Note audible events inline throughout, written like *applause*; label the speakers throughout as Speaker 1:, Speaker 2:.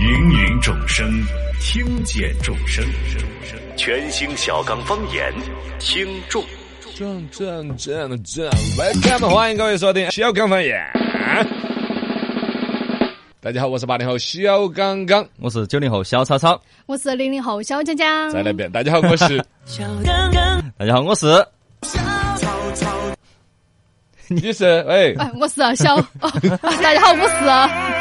Speaker 1: 芸芸众生，听见众生，全新小刚方言，听众。
Speaker 2: 正正正正，Welcome，欢迎各位收听小刚方言。大家好，我是八零后小刚刚，
Speaker 3: 我是九零后小草草，
Speaker 4: 我是零零后小江江，
Speaker 2: 再来一遍。大家好，我是
Speaker 3: 大家好，我是
Speaker 2: *laughs* 你是哎，
Speaker 4: 哎，我是小，哦大家好，我是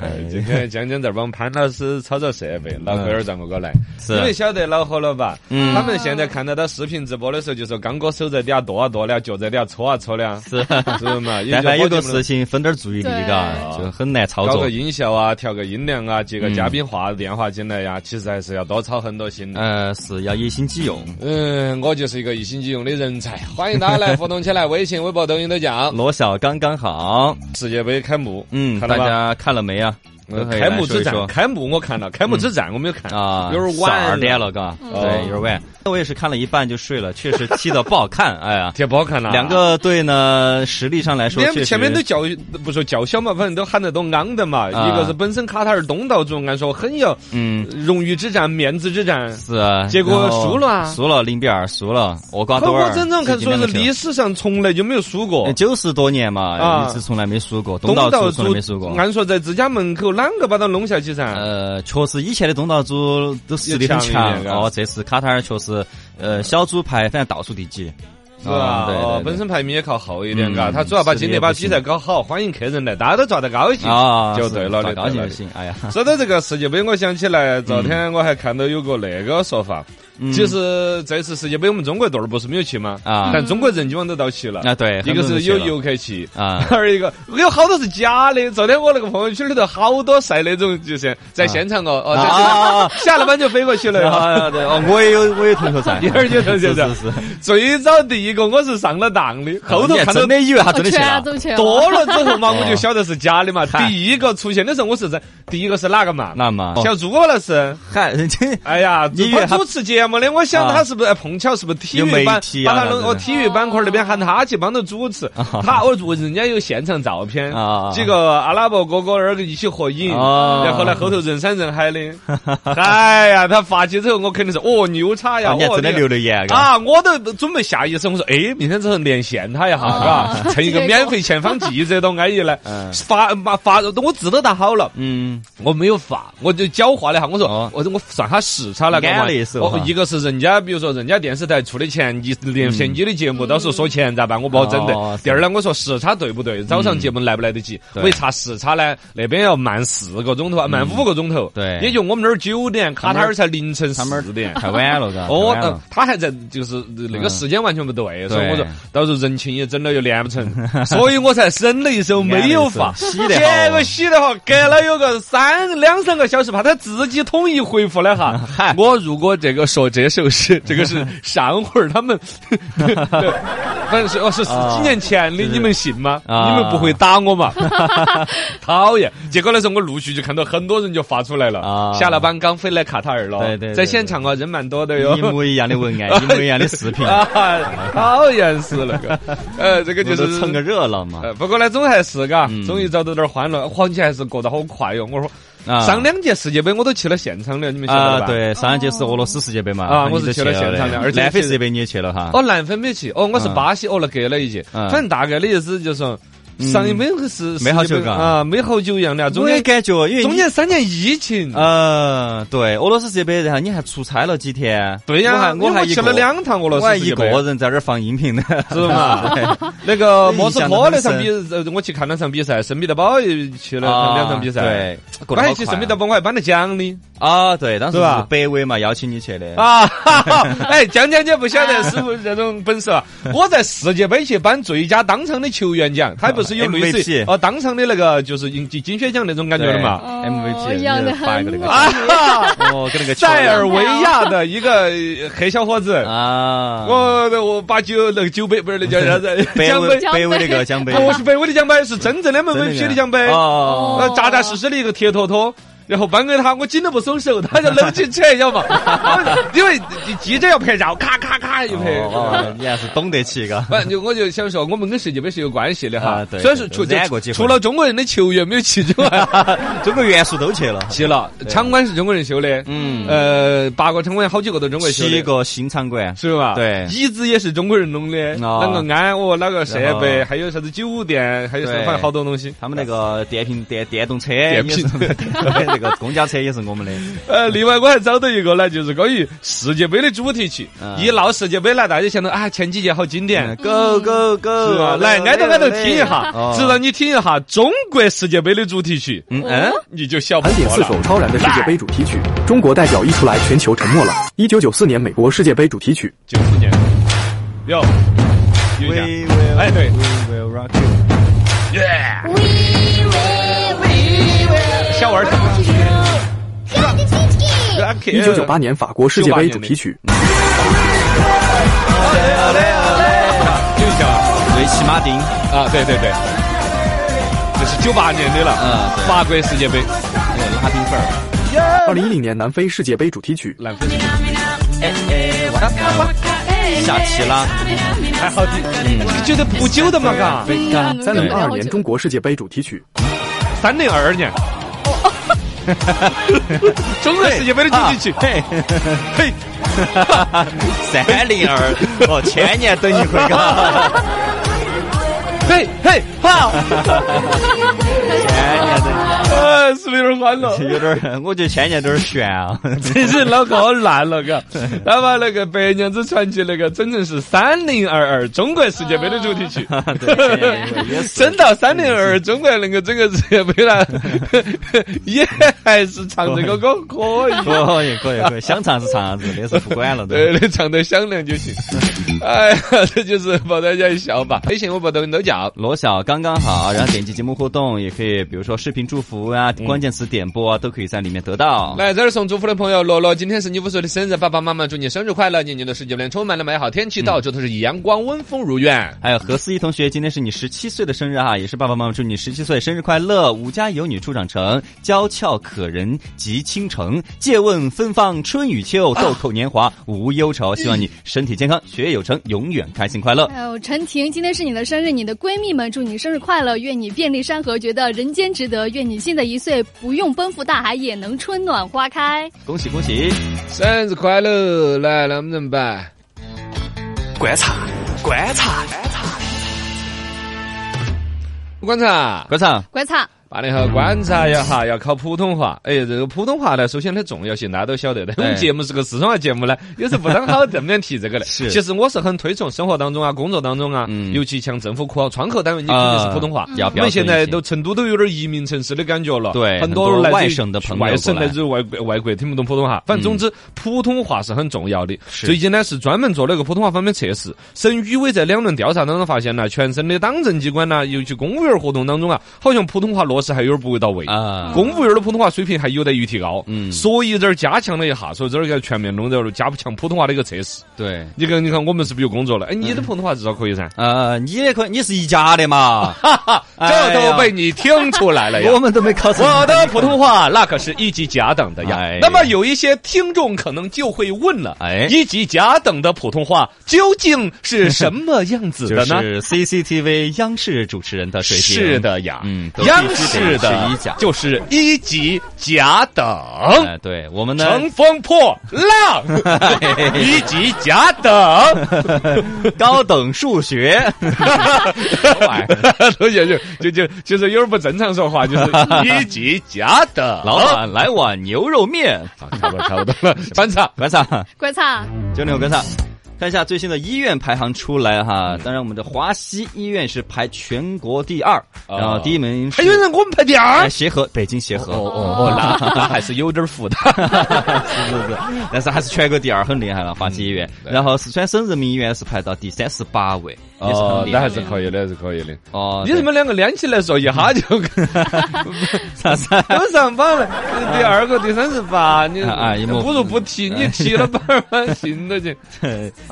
Speaker 2: 哎今天江江在帮潘老师操作设备，脑壳儿转过过来，
Speaker 3: 是
Speaker 2: 因为晓得恼火了吧？
Speaker 3: 嗯
Speaker 2: 他们现在看到他视频直播的时候，就说刚哥手在底下剁啊剁了，脚在底下搓啊搓了，
Speaker 3: *laughs*
Speaker 2: 是
Speaker 3: 是，
Speaker 2: 不是 *laughs* 嘛？
Speaker 3: 但凡有个
Speaker 2: 事。
Speaker 3: 事情分点注意力，
Speaker 4: 对
Speaker 3: 嘎，就很难操
Speaker 2: 搞
Speaker 3: 作
Speaker 2: 个。音效啊，调个音量啊，接个嘉宾话、电话进来呀、其实还是要多操很多心的。
Speaker 3: 呃，是要一心几用，
Speaker 2: 嗯，我就是一个一心即用的人才，欢迎大家来互动起来，微信、微博、抖音都 *laughs* 讲。
Speaker 3: 落小刚刚好。
Speaker 2: 世界杯开幕，
Speaker 3: 嗯，
Speaker 2: 看
Speaker 3: 大
Speaker 2: 到吧？
Speaker 3: 家看了没啊？
Speaker 2: 呃
Speaker 3: 都可以
Speaker 2: 开幕之
Speaker 3: 来
Speaker 2: 战，
Speaker 3: 说一说
Speaker 2: 开幕我看了，开幕之战我没有看
Speaker 3: 啊，
Speaker 2: 有点哦晚，
Speaker 3: 二点，了，嘎，对，有点晚。我也是看了一半就睡了，确实踢的不好看， *laughs* 哎呀。
Speaker 2: 挺不好看了。
Speaker 3: 两。个队呢，实力上来说，确
Speaker 2: 啊连
Speaker 3: 实
Speaker 2: 前面都叫不说叫嚣嘛，反正都喊得都昂的嘛。
Speaker 3: 啊
Speaker 2: 一个是本身卡塔尔东道主，按说很有
Speaker 3: 嗯
Speaker 2: 荣誉之战、面子之战，
Speaker 3: 是啊，
Speaker 2: 结果
Speaker 3: 然后
Speaker 2: 输了啊
Speaker 3: 输了零比二，输了厄瓜
Speaker 2: 可
Speaker 3: 多
Speaker 2: 我
Speaker 3: 尔。
Speaker 2: 真正看
Speaker 3: 自己
Speaker 2: 说
Speaker 3: 两
Speaker 2: 是
Speaker 3: 个球
Speaker 2: 历史上从来就没有输过。
Speaker 3: 九十多年嘛，
Speaker 2: 啊
Speaker 3: 一直从来没输过，
Speaker 2: 哎东
Speaker 3: 东道
Speaker 2: 道
Speaker 3: 主从来没输过。
Speaker 2: 按说在自家门口，啷个把他弄下去噻？
Speaker 3: 呃，确实以前的东道主都实力很
Speaker 2: 也强
Speaker 3: 强
Speaker 2: 一点啊
Speaker 3: 哦，这次卡塔尔确实，呃，小组排反正倒数第几，
Speaker 2: 是吧？
Speaker 3: 啊对对
Speaker 2: 哦
Speaker 3: 对
Speaker 2: 本身排名也靠后一点，嘎，
Speaker 3: 嗯
Speaker 2: 他主要把今
Speaker 3: 实力
Speaker 2: 天
Speaker 3: 也
Speaker 2: 把
Speaker 3: 不
Speaker 2: 比
Speaker 3: 行
Speaker 2: 赛搞好，欢迎客人来，大家都抓得高兴
Speaker 3: 啊，
Speaker 2: 就对了，
Speaker 3: 是
Speaker 2: 就
Speaker 3: 高
Speaker 2: 对
Speaker 3: 兴
Speaker 2: 了
Speaker 3: 就。行。
Speaker 2: *laughs*
Speaker 3: 哎呀，
Speaker 2: 说到这个世界杯，我想起来，昨天我还看到有个那个说法，其实这次世界杯我们中国队儿不是没有去吗？
Speaker 3: 嗯啊
Speaker 2: 但中国人基本上都到齐了。
Speaker 3: 啊对
Speaker 2: 一个
Speaker 3: 很多
Speaker 2: 是
Speaker 3: 人
Speaker 2: 有
Speaker 3: 去了
Speaker 2: 游客去
Speaker 3: 啊
Speaker 2: 二一个有好多是假的。昨天我那个朋友圈里头好多晒那种，就是在现场哦，哦，在现场 *laughs*
Speaker 3: 啊，
Speaker 2: 下了班就飞过去了。*laughs*
Speaker 3: 啊对哦，我也有我有同学在，哦
Speaker 2: 一会儿就同学在
Speaker 3: 是是是，哦
Speaker 2: 最早第一个我是上了当的，后头
Speaker 3: 你还
Speaker 2: 看到
Speaker 3: 真的以为他真的去
Speaker 4: 哦全
Speaker 3: 了
Speaker 4: 都去了，
Speaker 2: 多了之后嘛，我就
Speaker 3: 哦
Speaker 2: 晓得是假
Speaker 3: *laughs*
Speaker 2: 的嘛。
Speaker 3: 嗨
Speaker 2: 第一个出现的时候，我是在第一个是哪个嘛？
Speaker 3: 那嘛，
Speaker 2: 小朱老师。
Speaker 3: 嗨， *laughs* 这
Speaker 2: 哎呀，
Speaker 3: 你以为
Speaker 2: 他
Speaker 3: 他
Speaker 2: 主持节目的，我想
Speaker 3: 啊
Speaker 2: 他是不是哎碰巧是不是体育
Speaker 3: 有媒
Speaker 2: 版
Speaker 3: 体
Speaker 2: 把
Speaker 3: 啊
Speaker 2: 他弄
Speaker 3: 那
Speaker 2: 哦
Speaker 3: 是
Speaker 2: 体育板块那边喊他去帮着主
Speaker 3: *laughs*
Speaker 2: 持，他我我人家有现场照片
Speaker 3: 啊，
Speaker 2: 几个阿拉伯哥哥儿一起合影，
Speaker 3: 啊
Speaker 2: 然后呢后头人山人海的，
Speaker 3: *laughs*
Speaker 2: 哎呀，他发起之后我肯定是哦牛叉呀，
Speaker 3: 啊你还
Speaker 2: 哦
Speaker 3: 真的
Speaker 2: 你
Speaker 3: 留了言嘎
Speaker 2: 啊！我都准备下意识我说，哎，明天早上连线他一下，嘎，
Speaker 3: *laughs*
Speaker 2: 趁一个免费前方记者多安逸呢
Speaker 3: 哦
Speaker 2: 哎
Speaker 3: 嗯，
Speaker 2: 发把发，我字都打好了。
Speaker 3: 嗯，
Speaker 2: 我没有发，我就狡猾了一下，我说
Speaker 3: 哦，
Speaker 2: 我我算下时差那个嘛
Speaker 3: 安利是吧
Speaker 2: 我一个是人家，比如说人家电视台出的钱，你连线你的节目，到时候说钱咋办？我不好整
Speaker 3: 嗯哦
Speaker 2: 的。
Speaker 3: 是嗯
Speaker 2: 第二呢，我说时差对不对？早上节目来不来得及？
Speaker 3: 对嗯
Speaker 2: 我一查时差呢，那边要慢四个钟头，慢五个钟头。
Speaker 3: 对
Speaker 2: 也就我们那儿九点，卡塔尔才凌晨
Speaker 3: 他们儿
Speaker 2: 四点。
Speaker 3: 太
Speaker 2: *laughs*
Speaker 3: 晚了，嘎，
Speaker 2: 哦
Speaker 3: 太晚，
Speaker 2: 呃
Speaker 3: 了嗯
Speaker 2: 他还在就是那个时间完全不对，所以我说
Speaker 3: 对
Speaker 2: 到时候人情也整了又连不
Speaker 3: *laughs*
Speaker 2: 成，所以我才生了一手没有发，
Speaker 3: 洗得好啊
Speaker 2: 结果洗得好，隔了有个三两三个小时，怕他自己统一回复了
Speaker 3: *laughs*
Speaker 2: 哈。我如果这个说这首诗，这个是上回儿他
Speaker 3: *laughs*
Speaker 2: 们，反正是哦是十几年前的，你们信吗？
Speaker 3: 啊
Speaker 2: 你们不会打我
Speaker 3: *laughs*
Speaker 2: 嘛？讨厌！结果那时候我陆续就看到很多人就发出来了，
Speaker 3: 啊
Speaker 2: 下了班刚飞来卡塔尔了，
Speaker 3: 对对对
Speaker 2: 在现场啊人蛮多的哟 *laughs*
Speaker 3: 一。模一样的文案，一模一样的视频， *laughs*
Speaker 2: 啊，讨厌死了个！呃，这个就
Speaker 3: 就是是蹭个热闹嘛。
Speaker 2: 呃，不过呢，总还是嘎，
Speaker 3: 嗯
Speaker 2: 终于找到点儿欢乐。黄姐还是过得好快哟！我说，
Speaker 3: 啊
Speaker 2: 上两届世界杯我都去了现场的，你们晓得
Speaker 3: 啊，
Speaker 2: 吧？。
Speaker 3: 对，上一届
Speaker 4: 哦
Speaker 3: 是俄罗斯世界杯嘛，
Speaker 2: 啊我
Speaker 3: 你
Speaker 2: 是
Speaker 3: 都
Speaker 2: 去了现场的而且
Speaker 3: 南非
Speaker 2: 是
Speaker 3: 世界杯你也去了哈？
Speaker 2: 哦，南非没去，哦，我是
Speaker 3: 啊
Speaker 2: 巴西，哦，那隔了一届。
Speaker 3: 嗯
Speaker 2: 反正大概的意思就是说，上一杯是
Speaker 3: 没好久
Speaker 2: 世界杯
Speaker 3: 嘎
Speaker 2: 啊，没好久一样的啊，中
Speaker 3: 我也
Speaker 2: 间
Speaker 3: 感觉，因为
Speaker 2: 中
Speaker 3: 你
Speaker 2: 间三年疫情。
Speaker 3: 呃，对，俄罗斯世界杯，然后你还出差了几天？
Speaker 2: 对
Speaker 3: 我
Speaker 2: 呀，
Speaker 3: 还我还
Speaker 2: 因为
Speaker 3: 一
Speaker 2: 去
Speaker 3: 个
Speaker 2: 了，两趟俄罗
Speaker 3: 我还
Speaker 2: 斯世
Speaker 3: 一
Speaker 2: 界
Speaker 3: 个
Speaker 2: 杯，
Speaker 3: 人在这儿放音频
Speaker 2: *laughs*
Speaker 3: 呢。
Speaker 2: 知道
Speaker 3: *laughs*
Speaker 2: 嘛？那个莫斯科那场比，
Speaker 3: 印
Speaker 2: 呃我去看了场比赛，圣彼得堡也去了两场比赛。。
Speaker 3: 啊对，过
Speaker 2: 我
Speaker 3: 得
Speaker 2: 还
Speaker 3: 好
Speaker 2: 哎去
Speaker 3: 快
Speaker 2: 圣彼得堡，我还颁了奖的。
Speaker 3: 啊，对，当时
Speaker 2: 是吧
Speaker 3: 是北威嘛邀请你去的
Speaker 2: 啊， *laughs* 哈哈哎，江江姐不晓得师傅这种本事啊！我在世界杯去颁最佳当场的球员奖，他不是有类似于
Speaker 3: MVP
Speaker 2: 哦当场的那个就是金金靴奖那种感觉的嘛？
Speaker 4: 哦
Speaker 3: ，MVP
Speaker 4: 一样的
Speaker 3: 发啊一个那个
Speaker 4: 很
Speaker 2: 啊
Speaker 3: 啊，
Speaker 2: 哈，
Speaker 3: *laughs* 哦，跟那个球
Speaker 2: *laughs* 塞
Speaker 3: 一
Speaker 2: 尔
Speaker 3: 样
Speaker 2: 维亚的一个黑小伙子，
Speaker 3: 啊，
Speaker 2: 我我把酒那个酒杯不是那叫啥子
Speaker 3: 北
Speaker 2: 奖
Speaker 3: 威
Speaker 2: 杯，哦
Speaker 4: 奖
Speaker 3: 北威
Speaker 4: 杯
Speaker 3: 那 *laughs* 个奖杯，
Speaker 2: 不是杯我的奖杯，是真正的 MVP 的奖杯。
Speaker 3: 哦哦哦
Speaker 2: 呃，扎扎实实的一个铁坨坨，然后颁给他，我紧都不松手，他就搂起扯一下
Speaker 3: *laughs*
Speaker 2: 嘛，因为记者要拍照，咔咔咔一拍。
Speaker 3: 哦，你还是懂得起
Speaker 2: *laughs*
Speaker 3: 个。
Speaker 2: 反正就我就想说，我们跟世界杯是有关系的哈
Speaker 3: 啊。对
Speaker 2: 虽然说除
Speaker 3: 对染过几
Speaker 2: 就
Speaker 3: 回
Speaker 2: 除了中国人的球员没有去之
Speaker 3: *laughs*
Speaker 2: 外，
Speaker 3: 中国元素都去了，
Speaker 2: 去了场馆是中国人修的，
Speaker 3: 嗯
Speaker 2: 呃，八个场馆好几个都中国人修的，
Speaker 3: 七个新场馆，
Speaker 2: 是吧？
Speaker 3: 对
Speaker 2: 椅子也是中国人弄的，
Speaker 3: 哦
Speaker 2: 啷个安哦，哪个设备，
Speaker 3: 然后
Speaker 2: 还有啥子酒店，还有啥
Speaker 3: 对
Speaker 2: 反正好多东西。
Speaker 3: 他们那个电瓶电电动车也是， *laughs* 那个公交车也是我们的。
Speaker 2: *laughs* 呃，另外我还找到一个呢，就是关于世界杯的主题曲。
Speaker 3: 嗯
Speaker 2: 一闹世界杯呢，大家想到啊，前几届好经典。
Speaker 3: Go go
Speaker 2: 是
Speaker 3: go！
Speaker 2: 吧？来
Speaker 3: 啊
Speaker 2: 挨着挨着听一下，只
Speaker 3: 道
Speaker 2: 让你听一下中国世界杯的主题曲，
Speaker 3: 哦嗯嗯，
Speaker 2: 你就笑不
Speaker 5: 盘点
Speaker 2: 活
Speaker 5: 四
Speaker 2: 了。
Speaker 5: 首超然的世界杯主题曲，中国代表一出来，全球沉默了。一九九四年美国世界杯主题曲，
Speaker 2: 九四年，哟，有点
Speaker 3: We will-
Speaker 2: 哎对
Speaker 3: We will rock you
Speaker 2: 小玩儿。
Speaker 5: 一九九八年法国世界杯主题曲，
Speaker 2: 就一下。
Speaker 3: 瑞奇马丁，
Speaker 2: 啊，对对对，这是九八年的了，
Speaker 3: 嗯对
Speaker 2: 法国世界杯，
Speaker 3: 对拉丁范儿。
Speaker 5: 二零一零年南非世界杯主题曲，
Speaker 2: 南非
Speaker 3: 哎哎，哇
Speaker 4: 哎
Speaker 3: 下棋啦，
Speaker 2: 还好听，觉得不久的嘛，嘎，
Speaker 5: 三零哎二二年中国世界杯主题曲，
Speaker 2: 三零二二年。哦中国世界杯的主题曲，
Speaker 3: 嘿
Speaker 2: 嘿，
Speaker 3: 三零二，哦，千年等一会儿，嘎，
Speaker 2: 嘿，嘿，好，
Speaker 3: 千年等
Speaker 2: 呃，是不是有点欢乐？
Speaker 3: 一会儿，有点儿，我觉得千年有点儿
Speaker 2: *laughs*
Speaker 3: 悬啊。
Speaker 2: 真是脑壳好烂了， *laughs* 嘎。那么那个《白娘子传奇》那个真正是三零二二中国世界杯的主题曲，真到三零二二中国那个整个世界杯了， *laughs* 也还是唱这个歌可 *laughs* 以。
Speaker 3: 可以可以可以，想唱是唱啥子，那是不管了，
Speaker 2: 对，你唱得响亮就行。 *laughs* 哎呀，这就是把大家一笑吧。微信我把抖音都叫。
Speaker 3: 罗小刚刚好，然后点击节目互动，也可以比如说视频祝福啊、关键词点播啊，都可以在里面得到。
Speaker 2: 嗯来，这儿送祝福的朋友罗罗，今天是你五岁的生日，爸爸妈妈祝你生日快乐，年年的世界杯充满了美好天气，到处都是阳光，温风如愿。
Speaker 3: 还有何思怡同学，今天是你十七岁的生日哈、也是爸爸妈妈祝你十七岁生日快乐，吾家有女初长成，娇俏可人集倾城。借问芬芳春与秋，豆蔻年
Speaker 2: *laughs*
Speaker 3: 华无忧愁。希望你身体健康，学业有成，永远开心快乐。
Speaker 4: 还有陈婷，今天是你的生日，你的闺蜜们祝你生日快乐，愿你遍历山河，觉得人间值得，愿你新的一岁不用奔赴大海，也能春暖花开。
Speaker 3: 恭喜恭喜！
Speaker 2: 生日快乐！来，能不能办？
Speaker 1: 观察，观察，
Speaker 2: 观察，
Speaker 3: 歌唱
Speaker 4: 乖擦，
Speaker 2: 八零后观察一下，要考普通话。
Speaker 3: 嗯
Speaker 2: 哎，这个普通话呢，首先它重要性大家都晓得的。我们
Speaker 3: 对
Speaker 2: 节目是个四川话节目
Speaker 3: *laughs*
Speaker 2: 呢，有时候不当好这么样提这个的。
Speaker 3: 是
Speaker 2: 其实我是很推崇生活当中啊、工作当中啊，
Speaker 3: 嗯啊
Speaker 2: 尤其像政府窗窗口单位，你肯定是普通话。
Speaker 3: 呃要
Speaker 2: 我
Speaker 3: 标
Speaker 2: 们现
Speaker 3: 准一
Speaker 2: 在
Speaker 3: 些
Speaker 2: 都成都都有点移民城市的感觉了，
Speaker 3: 对
Speaker 2: 很
Speaker 3: 很多
Speaker 2: 来自于
Speaker 3: 外省的朋友
Speaker 2: 外省
Speaker 3: 过来
Speaker 2: 来自于外国外国听不懂普通话，反正总之普通话是很重要的。最近呢是专门做了一个普通话方面测试，省语委在两轮调查当中发现呢，全省的党政机关呢，尤其公务员活动当中啊，好像普通话落实还有点不到位。
Speaker 3: 啊！
Speaker 2: 公务员的普通话水平还有待于提高，
Speaker 3: 嗯
Speaker 2: 所以这儿加强了一下，所以这儿要全面弄到加强普通话的一个测试。
Speaker 3: 对，
Speaker 2: 你看，你看，我们是不是有工作了？哎，
Speaker 3: 嗯
Speaker 2: 你的普通话至少可
Speaker 3: *laughs*
Speaker 2: 以噻，
Speaker 3: 呃，你也可以，你是一家的
Speaker 2: *laughs*
Speaker 3: 嘛？
Speaker 2: 这都被你听出来哎了呀。
Speaker 3: 哎我们都没考上。
Speaker 2: 我的普通话那可是一级甲等的呀。
Speaker 3: 哎呀
Speaker 2: 那么有一些听众可能就会问了，
Speaker 3: 哎
Speaker 2: 一级甲等的普通话究竟是什么样子
Speaker 3: 哎就
Speaker 2: 的呢？
Speaker 3: 是 CCTV 央视主持人的水平。
Speaker 2: 是，的呀，
Speaker 3: 嗯都必须得
Speaker 2: 央视的
Speaker 3: 是一甲
Speaker 2: 就是一级甲等。
Speaker 3: 哎，对我们呢，
Speaker 2: 乘风破
Speaker 3: *laughs*
Speaker 2: 浪，一级甲等，
Speaker 3: 高等数学，哎
Speaker 2: 同学 *laughs* 就就就就是有点不正常说话，就是一级甲等。
Speaker 3: *laughs* 老板来碗牛肉面，
Speaker 2: 啊，差不多差不多了， *laughs* 班长，
Speaker 3: 晚上
Speaker 4: 乖擦，
Speaker 3: 九六跟上。看一下最新的医院排行出来
Speaker 2: 嗯
Speaker 3: 哈，当然我们的华西医院是排全国第二，
Speaker 2: 哦
Speaker 3: 然后第一名是
Speaker 2: 还有人给我们拍点儿
Speaker 3: 哎。协和，北京协和，
Speaker 2: 哦哦，那那还是有点负 *laughs* 担。
Speaker 3: 是是是，
Speaker 2: 嗯
Speaker 3: 但是还是全国第二，很厉害了，华西医院。然后四川省人民医院是排到第三十八位，也是很厉
Speaker 2: 哦那
Speaker 3: 害
Speaker 2: 还
Speaker 3: 的
Speaker 2: 是可以的，还是可以的。
Speaker 3: 哦，
Speaker 2: 你
Speaker 3: 对
Speaker 2: 怎么两个连起来说，一下就 *laughs*
Speaker 3: 啥啥？
Speaker 2: 都上榜了？第二个、第三十八，你
Speaker 3: 啊啊一模
Speaker 2: 不如不提，你提了榜儿吧，信了
Speaker 3: *laughs*
Speaker 2: 去。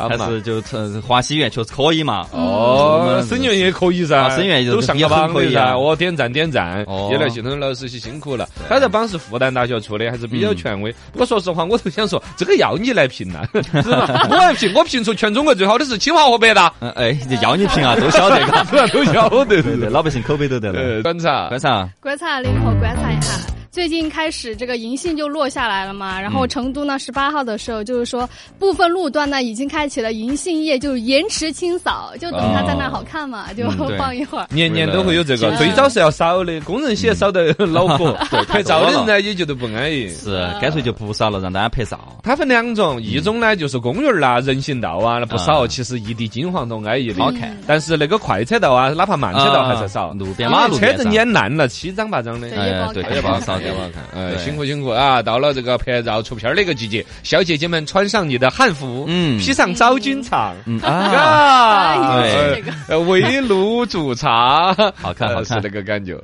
Speaker 3: 还是就呃华西园确实可以嘛。
Speaker 2: 哦
Speaker 3: 嗯，
Speaker 2: 深源也可以噻，
Speaker 3: 啊深源也
Speaker 2: 都上个榜
Speaker 3: 也很可
Speaker 2: 的
Speaker 3: 以啊
Speaker 2: 噻。我点赞点赞，
Speaker 3: 哦
Speaker 2: 叶来系统老师些辛苦了。他这榜是复旦大学出的，还是比较权
Speaker 3: 嗯
Speaker 2: 威。不过说实话，我都想说，这个要你来评
Speaker 3: *laughs*
Speaker 2: 了，是吧？我来评，我评出全中国最好的是清华和北
Speaker 3: *laughs*
Speaker 2: 大，
Speaker 3: 嗯哎，要你评啊，都晓得嘎。
Speaker 2: 是吧？都晓得，*laughs*
Speaker 3: 对
Speaker 2: 对
Speaker 3: 对，
Speaker 2: 对。
Speaker 3: 老百姓口碑都得了。
Speaker 2: 呃，观察
Speaker 3: 观，察，
Speaker 4: 观察领口
Speaker 2: *laughs*
Speaker 4: 观察一下。最近开始这个银杏就落下来了嘛，然后
Speaker 2: 嗯
Speaker 4: 成都呢十八号的时候就是说部分路段呢已经开启了银杏叶就是延迟清扫，就等它在那儿好看
Speaker 2: 嗯
Speaker 4: 嘛，就
Speaker 3: 对
Speaker 4: 放一会
Speaker 2: *laughs*
Speaker 4: 儿。
Speaker 2: 年年都会有这
Speaker 3: 为
Speaker 2: 个
Speaker 3: 了，
Speaker 2: 最早是要扫的，工人
Speaker 3: 嗯
Speaker 2: 些扫得恼
Speaker 3: *laughs*
Speaker 2: 火，拍照的人呢也觉得不安逸。
Speaker 3: 是干脆就不扫了，让大家拍照。
Speaker 2: 它分两种，一种呢就是公园儿啦、人行道啊，那不
Speaker 3: 嗯啊
Speaker 2: 少，其实一地金黄都安逸的。
Speaker 3: 好看
Speaker 2: 但是那个快车道啊，哪怕慢车道还是少，
Speaker 3: 啊路边马路
Speaker 2: 车
Speaker 3: 边
Speaker 2: 子碾烂了，七张八张的。
Speaker 4: 对
Speaker 3: 哎，对，
Speaker 4: 也
Speaker 2: 也不
Speaker 4: 不
Speaker 2: 好
Speaker 4: 好
Speaker 3: 扫
Speaker 2: 扫，
Speaker 3: 地
Speaker 2: 也不好看。哎，
Speaker 3: 对
Speaker 2: 辛苦辛苦啊！到了这个拍照出片儿的一个季节，小姐姐们穿上你的汉服，
Speaker 3: 嗯
Speaker 2: 披上昭君裳，
Speaker 3: 嗯啊，
Speaker 2: 啊，
Speaker 4: 哎
Speaker 2: 呃
Speaker 4: 这个
Speaker 2: 呃围炉煮茶，好
Speaker 3: 看好
Speaker 2: *laughs*
Speaker 3: 看
Speaker 2: 是那个感觉。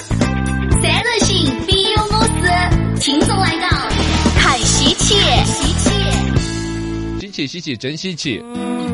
Speaker 6: 三人行必有我师，听众来到看稀奇，稀奇，
Speaker 2: 稀奇稀奇，真稀奇！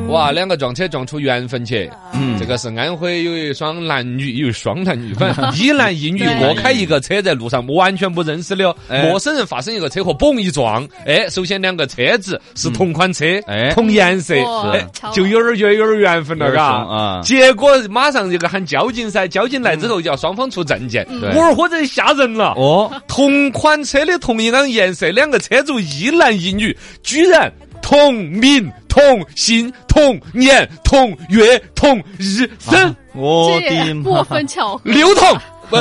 Speaker 2: 哇，两个撞车撞出缘分去。
Speaker 3: 嗯
Speaker 2: 这个是安徽有一双男女，有一双男女，反
Speaker 3: *laughs*
Speaker 2: 正一男一女
Speaker 4: 对
Speaker 2: 各开一个车，在路上完全不认识的哦，
Speaker 3: 哎
Speaker 2: 陌生人发生一个车祸，嘣一撞，哎，首先两个车子是同款车，
Speaker 3: 哎
Speaker 2: 同颜色，
Speaker 4: 哇
Speaker 2: 哎
Speaker 4: 巧，
Speaker 2: 就有点儿有点儿缘分了，
Speaker 3: 有点儿
Speaker 2: 嘎
Speaker 3: 凶啊
Speaker 2: 结果马上这个喊交警噻，交警来之后就要双方出证件，
Speaker 3: 嗯对
Speaker 2: 我儿豁这吓人了。
Speaker 3: 哦，
Speaker 2: 同款车的同一辆颜色，两个车主一男一女，居然同名、同姓、同年、同月、同日
Speaker 3: 啊
Speaker 2: 生，
Speaker 3: 我
Speaker 4: *laughs* 这也
Speaker 3: 的妈
Speaker 4: 过分巧合，
Speaker 2: 六同。不，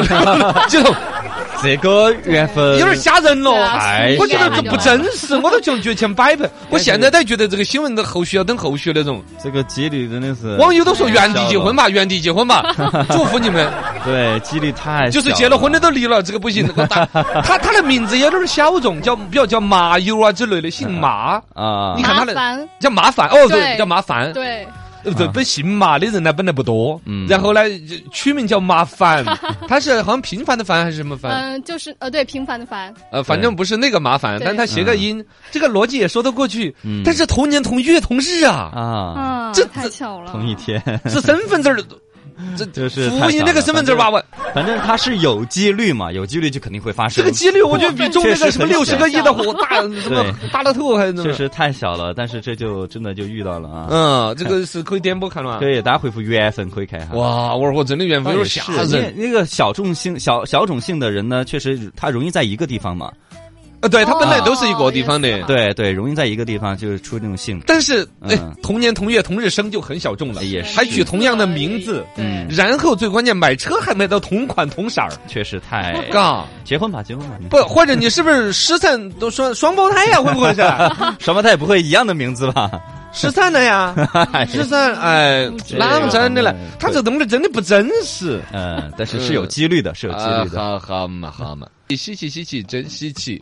Speaker 2: 几同，
Speaker 3: 这个缘分
Speaker 2: 有点吓人了
Speaker 4: 对。啊
Speaker 2: 哎
Speaker 3: 太
Speaker 2: 我觉
Speaker 4: 吓
Speaker 2: 得
Speaker 4: 人
Speaker 2: 这
Speaker 4: 了
Speaker 2: 不真实，我都觉得觉得千百倍。我现在都觉得这个新闻的后续要等后续那种。
Speaker 3: 这个几率真的是
Speaker 2: 网友都说原地结婚吧，原地结婚吧，祝福你们。
Speaker 3: 对，几率太小
Speaker 2: 就是结了婚的都离了，这个不行。那个大，他他的名字有点小众，叫比较叫麻友啊之类的，姓麻。
Speaker 3: 啊
Speaker 2: *laughs* 你，看他
Speaker 4: 麻
Speaker 2: 的 *laughs*
Speaker 4: 烦。
Speaker 2: 叫麻烦哦，
Speaker 4: 对
Speaker 2: 对，叫麻烦。
Speaker 4: 对，
Speaker 2: 呃对，本姓麻的人呢本来不多，
Speaker 3: 嗯
Speaker 2: 然后呢就取名叫麻烦，他是好像平凡的凡还是什么凡？
Speaker 4: 嗯，就是呃，对，平凡的凡，
Speaker 2: 呃，反正不是那个麻烦，
Speaker 4: 对嗯
Speaker 2: 但他谐个音，这个逻辑也说得过去
Speaker 3: 嗯。
Speaker 2: 但是同年同月同日啊，
Speaker 3: 啊，
Speaker 4: 嗯
Speaker 2: 这，
Speaker 4: 太巧了，
Speaker 3: 同
Speaker 2: *laughs*
Speaker 3: 一天，
Speaker 2: 这身份 *laughs* 证儿都，这
Speaker 3: 就是
Speaker 2: 服
Speaker 3: 太
Speaker 2: 务你
Speaker 3: 巧
Speaker 2: 那个
Speaker 3: 了
Speaker 2: 身份证儿吧，
Speaker 3: 反
Speaker 2: 我
Speaker 3: 反正它是有几率嘛，有几率就肯定会发
Speaker 2: 这
Speaker 3: 生
Speaker 2: 个。几率我觉得比中那
Speaker 3: 确
Speaker 2: 个
Speaker 3: 实
Speaker 2: 什么
Speaker 3: 很
Speaker 2: 六十个亿的 *laughs* 火大什么
Speaker 3: 对
Speaker 2: 大乐透还是什
Speaker 3: 确
Speaker 2: 么。
Speaker 3: 实太小了，但是这就真的就遇到了啊！
Speaker 2: 嗯，这个是可以点播看了啊。
Speaker 3: 可以，大家回复缘分可以看哈。
Speaker 2: 哇，我我真的缘分有点吓
Speaker 3: 是
Speaker 2: 人。
Speaker 3: 那那个小众性小小种性的人呢，确实他容易在一个地方嘛，
Speaker 2: 呃，对他本来都是一个地方
Speaker 4: 哦
Speaker 2: 的
Speaker 4: 也是，
Speaker 3: 对对，容易在一个地方就是出这种性，
Speaker 2: 但是哎
Speaker 3: 嗯，哎
Speaker 2: 同年同月同日生就很小众了，
Speaker 3: 也是
Speaker 2: 还取同样的名字，
Speaker 4: 对，
Speaker 2: 然后最关键买车还买到同款同色儿，
Speaker 3: 确实太
Speaker 2: 嘎。
Speaker 3: 结婚吧，结婚吧，
Speaker 2: 不，或者你是不是失散都双双胞胎呀？会不会
Speaker 3: *laughs*
Speaker 2: 是
Speaker 3: *laughs* 什么他也不会一样的名字
Speaker 2: *laughs*
Speaker 3: 吧？
Speaker 2: 失散了呀？失散，哎，
Speaker 3: 啊
Speaker 2: 哪么真的了？他这东西真的不真实。
Speaker 3: 嗯，但是是有几率的，是有几率的。
Speaker 2: 啊好好嘛，好嘛，稀奇稀奇，真稀奇。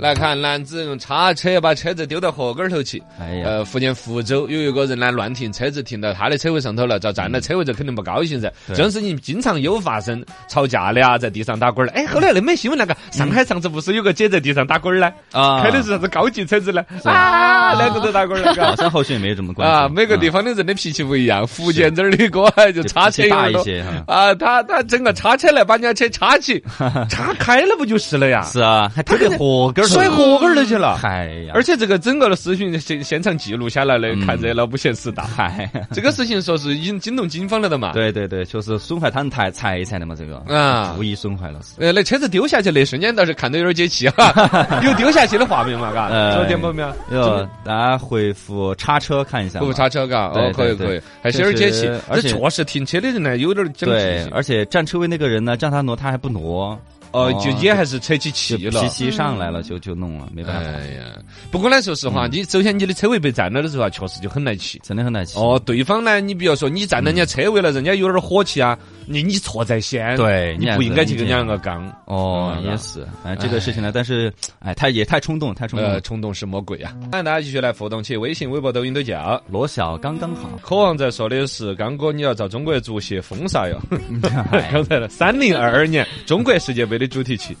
Speaker 2: 来看，男子用叉车把车子丢到河沟头去。
Speaker 3: 哎呀，
Speaker 2: 呃，福建福州有一个人呢乱停，车子停到他的车位上头了，遭占了车位，这肯定不高兴噻。这
Speaker 3: 嗯
Speaker 2: 种事情经常有发生，吵架的啊，在地上打滚儿。哎，后来
Speaker 3: 嗯
Speaker 2: 那没新闻那个，上海上次不是有个姐在地上打滚儿呢？
Speaker 3: 啊
Speaker 2: 开的是啥子高级车子呢？啊，两个都打滚儿了嘎
Speaker 3: 好。像后续也没有什么关系嗯
Speaker 2: 啊，每个地
Speaker 3: 方
Speaker 2: 方的人的脾气不一样，福建这儿的哥啊就叉车
Speaker 3: 就脾气大
Speaker 2: 有点
Speaker 3: 一些哈
Speaker 2: 多啊，他他整个叉车来把人家车叉起，叉开了不就是了呀？
Speaker 3: *laughs* 是啊，还推到 *laughs* 火根儿头
Speaker 2: 摔火沟儿头去了。
Speaker 3: 嗨 *laughs* 呀，
Speaker 2: 而且这个整个的视频现现场记录下来的，
Speaker 3: 嗯
Speaker 2: 看热闹不嫌事大。
Speaker 3: 嗨，
Speaker 2: 这个事情说是已经惊动警方了的嘛？。
Speaker 3: *laughs* 对对对，就是损坏他们财财产的嘛，这个
Speaker 2: 啊
Speaker 3: 故意损坏了是。
Speaker 2: 呃，那车子丢下去那瞬间倒是看到有点解气
Speaker 3: *laughs*
Speaker 2: 哈，有丢下去的画面嘛？嘎，
Speaker 3: 呃
Speaker 2: 昨天没有？
Speaker 3: 哟，大家回复叉车看一下嘛，
Speaker 2: 不叉车嘎，哦，
Speaker 3: 对
Speaker 2: 可以可
Speaker 3: 对对
Speaker 2: 以，还是有点解气
Speaker 3: 确实。
Speaker 2: 这
Speaker 3: 而且
Speaker 2: 确实停车的人呢，有点讲
Speaker 3: 对，
Speaker 2: 脾气，
Speaker 3: 而且占车位那个人呢，让他挪他还不挪，
Speaker 2: 哦，就也还是扯起
Speaker 3: 就
Speaker 2: 气了
Speaker 3: 脾。气上来了嗯就就弄了，没办法，
Speaker 2: 哎呀，不过呢，说实
Speaker 3: 嗯
Speaker 2: 话，你首先你的车位被占了的时候啊，确实就很来气。
Speaker 3: 真的很难气。
Speaker 2: 哦，对方呢，你比如说你占了人家车位了，人家有点火气啊，你你错在先，
Speaker 3: 对
Speaker 2: 你
Speaker 3: 面
Speaker 2: 不
Speaker 3: 子
Speaker 2: 应该去
Speaker 3: 意
Speaker 2: 跟人
Speaker 3: 见
Speaker 2: 家那个刚。
Speaker 3: 哦
Speaker 2: 嗯，
Speaker 3: 也是，反正这个事情呢，但是，哎，他也太冲动，太冲动
Speaker 2: 呃，
Speaker 3: 了。
Speaker 2: 冲动是魔鬼呀、啊！欢迎大家继续来互动起，微信、微博、抖音都叫。
Speaker 3: 罗小刚刚好，
Speaker 2: 渴望在说的是，刚哥你要遭中国足协封杀
Speaker 3: *laughs*
Speaker 2: 哟！ *laughs* 刚才了，三零二二年中国世界杯的主题曲，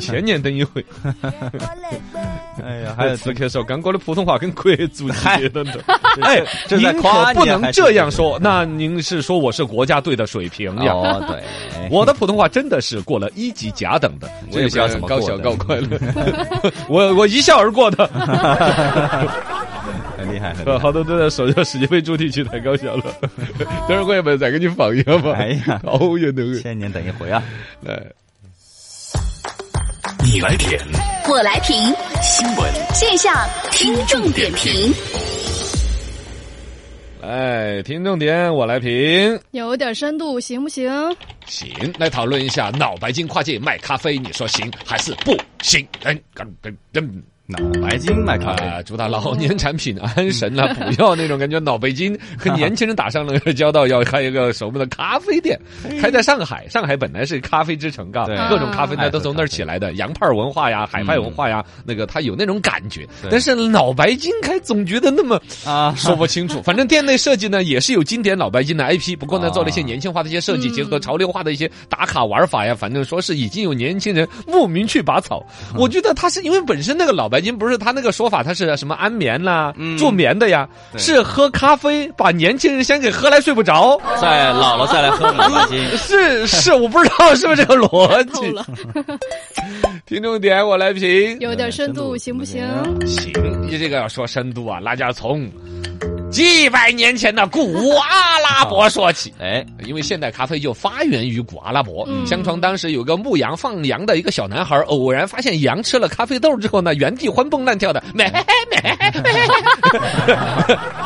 Speaker 2: 千年等一
Speaker 3: *laughs*
Speaker 2: 回。
Speaker 3: 哎呀，
Speaker 2: 还有此刻说，刚哥的普通话跟国足接的呢。哎，
Speaker 3: *laughs* 这
Speaker 2: 您
Speaker 3: 在
Speaker 2: 可
Speaker 3: 夸
Speaker 2: 不
Speaker 3: 你啊
Speaker 2: 能
Speaker 3: 还是
Speaker 2: 这样说，那您是说我是国家队的水平呀？
Speaker 3: 哦，对，
Speaker 2: 我的普通话真的是过了一级甲等的，
Speaker 3: 我也不知道怎么
Speaker 2: 高
Speaker 3: 过的
Speaker 2: 小高快乐， *laughs*
Speaker 3: *laughs*
Speaker 2: 我我一笑而过的。 *laughs*
Speaker 3: 很厉害，很厉
Speaker 2: 呃，
Speaker 3: *laughs* 害。
Speaker 2: 好多都在说这世界杯主题曲太搞笑了， *laughs* 等会儿我也没再给你放一下吧。哦
Speaker 3: 哎呀
Speaker 2: 讨厌的很。
Speaker 3: 千年等一回啊！
Speaker 2: 哎，
Speaker 1: 你来点
Speaker 6: 我来评，
Speaker 1: 新闻
Speaker 6: 线下听众点评。
Speaker 2: 哎，听重点，我来评。
Speaker 4: 有点深度行不行？
Speaker 2: 行，来讨论一下脑白金跨界卖咖啡，你说行还是不行？嗯，嗯嗯嗯。
Speaker 3: 脑白金卖咖啡，
Speaker 2: 啊，主打老年产品安神啦、*laughs*
Speaker 3: 哎
Speaker 2: 补药那种感觉，脑白金和年轻人打上了呃交道，要开一个什么的咖啡店，开在上海。上海本来是咖啡之城啊
Speaker 3: 对，
Speaker 2: 各种咖啡呢
Speaker 3: 爱喝
Speaker 2: 都从那儿起来的，洋派文化呀、海派文化呀，那个它有那种感觉。
Speaker 3: 嗯对
Speaker 2: 但是脑白金开总觉得那么
Speaker 3: 啊
Speaker 2: 说不清楚。反正店内设计呢也是有经典脑白金的 IP，不过呢
Speaker 3: 啊
Speaker 2: 做了一些年轻化的一些设计，
Speaker 4: 嗯
Speaker 2: 结合潮流化的一些打卡玩法呀，反正说是已经有年轻人慕名去拔草。
Speaker 3: 嗯
Speaker 2: 我觉得他是因为本身那个脑白金不是他那个说法，他是什么安眠啦、
Speaker 3: 嗯
Speaker 2: 助眠的呀，
Speaker 3: 对
Speaker 2: 是喝咖啡把年轻人先给喝来睡不着。
Speaker 3: 再老了再来喝脑白金。
Speaker 2: 是是，我不知道是不是这个逻
Speaker 4: 透了
Speaker 2: 辑。， *laughs* 听众点我来评。
Speaker 4: 有点深度行不行？
Speaker 2: 行，你这个要说深度啊，那就要从几百年前的古阿拉伯说起。
Speaker 3: *laughs* 哎，
Speaker 2: 因为现代咖啡就发源于古阿拉伯。
Speaker 4: 嗯
Speaker 2: 相传当时有个牧羊放羊的一个小男孩，偶然发现羊吃了咖啡豆之后呢，原地欢蹦乱跳的，咩咩 *laughs* 咩。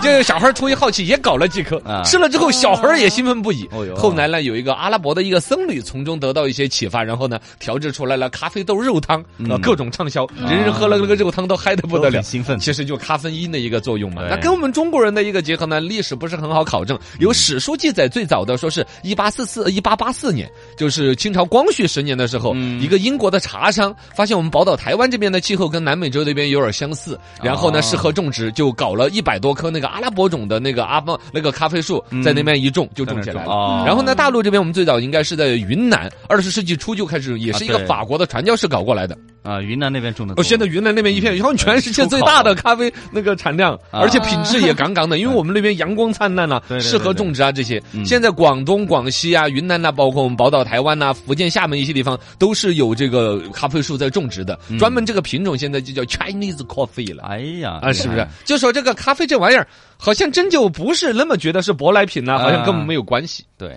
Speaker 2: 这个小孩出于好奇也搞了几颗，
Speaker 3: 啊
Speaker 2: 吃了之后小孩也兴奋不已。
Speaker 3: 哦哟
Speaker 2: 后来呢，有一个阿拉伯的一个僧侣从中得到一些启发，然后呢，调制出来了咖啡豆肉汤，呃，各种畅销，人人喝了那个肉汤都嗨得不得
Speaker 3: 嗯都
Speaker 2: 了，
Speaker 3: 很兴奋
Speaker 2: 其实就咖啡因的一个作用嘛。
Speaker 3: 对
Speaker 2: 那跟我们中国人的一个结合呢，历史不是很好考证。
Speaker 3: 嗯
Speaker 2: 有史书记载，最早的说是一八四四一八八四年，就是清朝光绪十年的时候，
Speaker 3: 嗯
Speaker 2: 一个英国的茶商发现我们宝岛台湾这边的气候跟南美洲那边有点相似，然后呢
Speaker 3: 哦
Speaker 2: 适合种植，就搞了一百多棵那个阿拉伯种的那个阿邦那个咖啡树，
Speaker 3: 嗯
Speaker 2: 在那嗯边一种就种起来了。
Speaker 3: 哦
Speaker 2: 然后呢，大陆这边我们最早应该是在云南，二十世纪初就开始，也是一个
Speaker 3: 啊对
Speaker 2: 法国的传教士搞过来的。
Speaker 3: 啊，云南那边种的多，
Speaker 2: 哦，现在云南那边一片，然后全世界最大的咖啡那个产量，
Speaker 3: 啊
Speaker 2: 而且品质也杠
Speaker 3: *laughs*
Speaker 2: 杠的，因为我们那边阳光灿烂呐、
Speaker 3: 对对对
Speaker 2: 适合种植啊这些。
Speaker 3: 嗯
Speaker 2: 现在广东、广西啊、云南呐、包括我们宝岛台湾呐、福建厦门一些地方，都是有这个咖啡树在种植的，专门这个品种现在就叫 Chinese coffee 了。
Speaker 3: 嗯哎呀，
Speaker 2: 啊，是不是？就说这个咖啡这玩意儿，好像真就不是那么觉得是舶来品呐、
Speaker 3: 啊
Speaker 2: 好像跟我们没有关系。
Speaker 3: 对，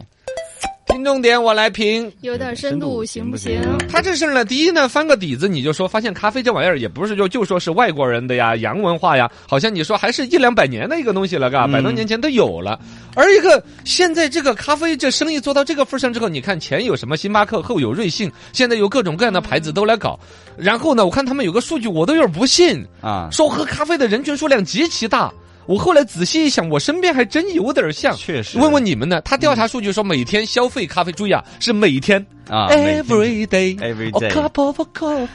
Speaker 2: 听重点，我来评。
Speaker 4: 有点深度行不行？
Speaker 2: 他这事儿呢，第一呢，翻个底子你就说，发现咖啡这玩意儿也不是就就说是外国人的呀，洋文化呀，好像你说还是一两百年的一个东西了，嘎，
Speaker 3: 嗯
Speaker 2: 百多年前都有了。而一个现在这个咖啡这生意做到这个份上之后，你看前有什么星巴克，后有瑞幸，现在有各种各样的牌子都来搞。然后呢，我看他们有个数据，我都有点不信，
Speaker 3: 啊，
Speaker 2: 说喝咖啡的人群数量极其大。我后来仔细一想，我身边还真有点像。
Speaker 3: 确实
Speaker 2: 问问你们呢？他调查数据说，每天消费咖啡，注意啊，是每天
Speaker 3: 啊
Speaker 2: Every day,
Speaker 3: Every
Speaker 2: a
Speaker 3: day
Speaker 2: cup of
Speaker 3: *laughs*
Speaker 2: coffee 。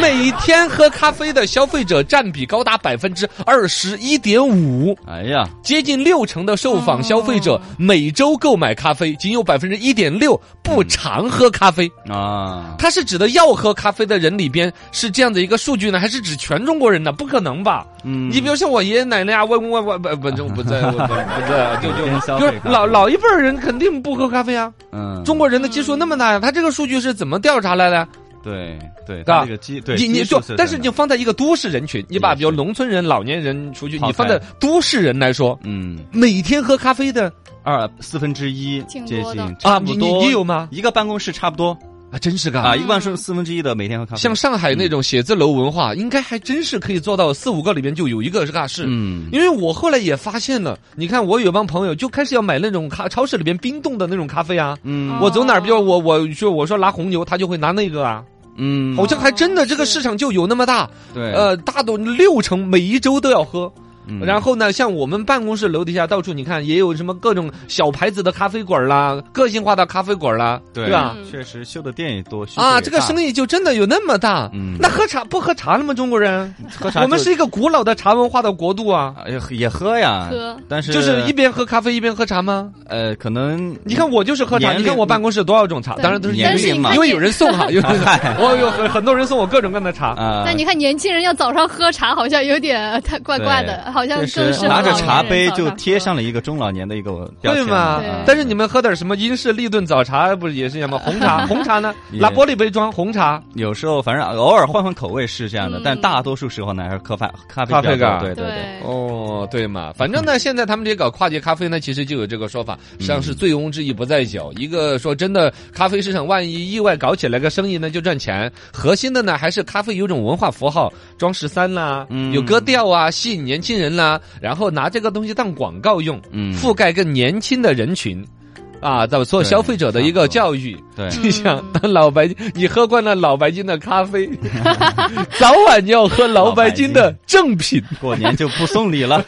Speaker 2: 每天喝咖啡的消费者占比高达百分之二十一点五，
Speaker 3: 哎呀，
Speaker 2: 接近六成的受访消费
Speaker 3: 哦
Speaker 2: 者每周购买咖啡，仅有百分之一点六不
Speaker 3: 嗯
Speaker 2: 常喝咖啡。
Speaker 3: 啊，
Speaker 2: 它是指的要喝咖啡的人里边是这样的一个数据呢，还是指全中国人呢？不可能吧？
Speaker 3: 嗯
Speaker 2: 你比如像我爷爷奶奶啊，外公外外不不不不在不不不在，就
Speaker 3: 每天消
Speaker 2: 就就
Speaker 3: 费
Speaker 2: 是
Speaker 3: 咖啡
Speaker 2: 老老一辈儿人肯定不喝咖啡啊。
Speaker 3: 嗯，
Speaker 2: 中国人的基数那么大呀，他这个数据是怎么调查来的？
Speaker 3: 对对，
Speaker 2: 吧
Speaker 3: 它这个基对，
Speaker 2: 你你
Speaker 3: 基
Speaker 2: 就
Speaker 3: 数在，
Speaker 2: 但是
Speaker 3: 哪
Speaker 2: 你放在一个都市人群，你把
Speaker 3: 也
Speaker 2: 比如
Speaker 3: 是
Speaker 2: 农村人、老年人出去，
Speaker 3: 抛
Speaker 2: 你放
Speaker 3: 开
Speaker 2: 在都市人来说，
Speaker 3: 嗯，
Speaker 2: 每天喝咖啡的
Speaker 3: 二四分之一
Speaker 4: 挺
Speaker 3: 接
Speaker 4: 多
Speaker 3: 近
Speaker 4: 的
Speaker 2: 啊
Speaker 3: 差不
Speaker 2: 你
Speaker 3: 多
Speaker 2: 你你有吗
Speaker 3: 一个办公室差不多
Speaker 2: 啊，真是
Speaker 3: 啊，
Speaker 2: 噶。
Speaker 3: 一个办公室四分之一的每天喝咖啡，嗯
Speaker 2: 像上海那种写字楼文化，应该还真是可以做到四五个里面就有一个是噶是。
Speaker 3: 嗯
Speaker 2: 因为我后来也发现了，你看我有帮朋友就开始要买那种咖超市里边冰冻的那种咖啡啊。
Speaker 3: 嗯
Speaker 2: 我走哪儿，比如我我说我说拿红牛，他就会拿那个啊，
Speaker 3: 嗯，
Speaker 2: 呃好像还真的这个市场就有那么大。
Speaker 3: 对嗯
Speaker 2: 呃，大多六成每一周都要喝。然后呢，像我们办公室楼底下到处你看也有什么各种小牌子的咖啡馆啦，个性化的咖啡馆啦，对吧？
Speaker 3: 确实修的店也多
Speaker 2: 啊，这个生
Speaker 3: 意
Speaker 2: 意就真的有那么大。
Speaker 3: 嗯
Speaker 2: 那喝茶不喝茶了吗？中国人，
Speaker 3: 喝茶就
Speaker 2: 我们是一个古老的茶文化的国度啊，
Speaker 3: 也喝呀，
Speaker 4: 喝
Speaker 3: 但是
Speaker 2: 就是一边喝咖啡一边喝茶吗？
Speaker 3: 呃，可能
Speaker 2: 你看我就是喝茶，
Speaker 3: 年龄
Speaker 2: 你看我办公室多少种茶，当然都是
Speaker 3: 年
Speaker 2: 年
Speaker 3: 龄
Speaker 2: 龄
Speaker 3: 嘛
Speaker 2: 嘛，因为有人送啊哈，有
Speaker 3: *laughs*
Speaker 2: 人
Speaker 3: 嗨
Speaker 2: 我有很很多人送我各种各样的茶。
Speaker 3: 啊，
Speaker 4: 那你看年轻人要早上喝茶，好像有点太怪怪的，
Speaker 3: 对
Speaker 4: 好像更
Speaker 3: 确
Speaker 4: 适
Speaker 3: 实
Speaker 4: 合
Speaker 3: 拿着
Speaker 4: 老年
Speaker 3: 茶
Speaker 4: 人
Speaker 3: 杯
Speaker 4: 早
Speaker 3: 就
Speaker 4: 上
Speaker 3: 贴
Speaker 4: 喝
Speaker 3: 上了一个中老年的一个标
Speaker 2: 对
Speaker 3: 签啊
Speaker 2: 嘛
Speaker 4: 对？
Speaker 2: 但是你们喝点什么英式立顿早茶，不是也是一样 *laughs* 吗？红茶，红茶呢？
Speaker 3: 也
Speaker 2: 拿玻璃杯装红茶，
Speaker 3: 有时候反正偶尔换换口味是这样的，
Speaker 4: 嗯
Speaker 3: 但大多数时候呢还是喝饭咖啡
Speaker 2: 咖
Speaker 3: 比
Speaker 2: 啡
Speaker 3: 较多
Speaker 2: 咖
Speaker 3: 对对对，
Speaker 4: 对，
Speaker 2: 哦，对嘛，反正呢，现在他们这搞跨界咖啡呢，其实就有这个说法，实际上是醉翁之意不在酒。一个说真的，咖啡市场万一意外搞起来个生意呢，就赚钱。核心的呢，还是咖啡有种文化符号，装十三啦，
Speaker 3: 嗯
Speaker 2: 有歌调啊，吸引年轻人啦，然后拿这个东西当广告用，
Speaker 3: 嗯
Speaker 2: 覆盖更年轻的人群。啊，到做消费者的一个教育，*laughs*
Speaker 3: 对
Speaker 2: 就像当老白金，你喝惯了老白金的咖啡，早晚你要喝老白金的正品。
Speaker 3: 过年就不送
Speaker 2: *laughs*
Speaker 3: 礼了，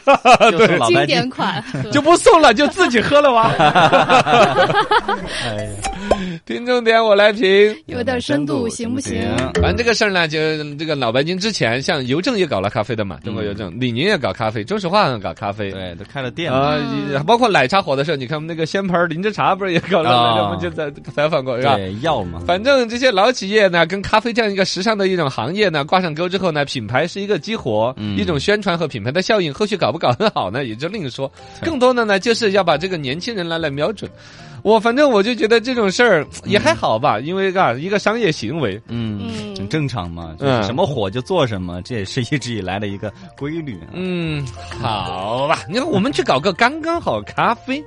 Speaker 3: 就送老白金
Speaker 4: 经
Speaker 3: *laughs*
Speaker 4: 典。款，
Speaker 2: 就不送了，就自己喝了吧。 *laughs* 听重点，我来评。
Speaker 4: 有点深度行
Speaker 3: 嗯
Speaker 4: 不行？
Speaker 2: 反正这个事儿呢，就这个老白金之前，像邮政也搞了咖啡的嘛，中国邮政，李宁也搞咖啡，中石化搞咖啡，
Speaker 3: 对，都开了店了。
Speaker 2: 啊，也包括奶茶火的时候，你看我们那个仙盆儿林芝茶不是也搞了吗？
Speaker 3: 啊
Speaker 2: 我们就在采访过是吧？
Speaker 3: 对，要嘛，
Speaker 2: 反正这些老企业呢，跟咖啡这样一个时尚的一种行业呢挂上钩之后呢，品牌是一个激活，
Speaker 3: 嗯
Speaker 2: 一种宣传和品牌的效应，后续搞不搞得好呢，也就另说。更多的呢，就是要把这个年轻人来来瞄准。我反正我就觉得这种事儿也还好吧，因为啊，一个商业行为，
Speaker 3: 嗯，
Speaker 4: 嗯
Speaker 3: 很正常嘛，就
Speaker 2: 嗯
Speaker 3: 是什么火就做什么，这也是一直以来的一个规律。啊
Speaker 2: 嗯，好吧，你看我们去搞个刚刚好咖
Speaker 3: *laughs*
Speaker 2: 啡。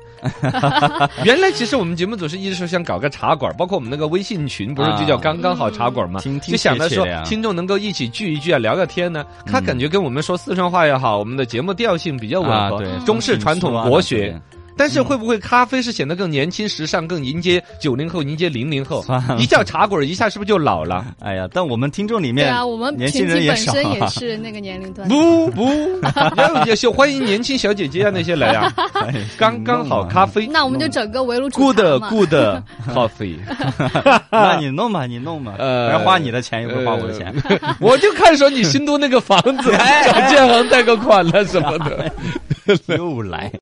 Speaker 2: 原来其实我们节目组是一直说想搞个茶馆，包括我们那个微信群不是就叫刚刚好茶馆吗？
Speaker 3: 嗯
Speaker 2: 就想着
Speaker 3: 听
Speaker 2: 说
Speaker 3: 听切切呀
Speaker 2: 听众能够一起聚一聚啊，聊聊天呢。他感觉跟我们说四川话也好，我们的节目调性比较吻
Speaker 3: 啊，
Speaker 2: 合，
Speaker 3: 对，
Speaker 2: 中式传统国学。
Speaker 3: 嗯，
Speaker 2: 但是会不会咖啡是显得更年轻时尚，更迎接九零后，迎接零零后
Speaker 3: 算？了
Speaker 2: 一叫茶馆，一下是不是就老了？
Speaker 3: *laughs* 哎呀，但我们听众里
Speaker 4: 对
Speaker 3: 面，
Speaker 4: 啊，我们
Speaker 3: 年
Speaker 4: 群
Speaker 3: 轻人
Speaker 4: 体
Speaker 3: 也
Speaker 4: 本
Speaker 3: 少
Speaker 4: 身也
Speaker 3: 啊，
Speaker 4: 是那个年龄段，
Speaker 2: 不不， *laughs* 要也是欢迎年轻小姐姐啊那些来
Speaker 3: *laughs*
Speaker 2: 啊，
Speaker 3: 哎
Speaker 4: *laughs*
Speaker 2: 刚刚好咖啡。
Speaker 3: 嗯
Speaker 4: 那我们就整个围炉煮
Speaker 2: good
Speaker 4: 茶嘛。
Speaker 2: good
Speaker 4: *laughs*
Speaker 2: coffee，
Speaker 3: 那你弄吧，你弄吧，
Speaker 2: 呃
Speaker 3: 反正花你的钱，又不是花我的钱。
Speaker 2: 我就看说你新都那个房子，找建行贷个款了什么的。
Speaker 3: 又来。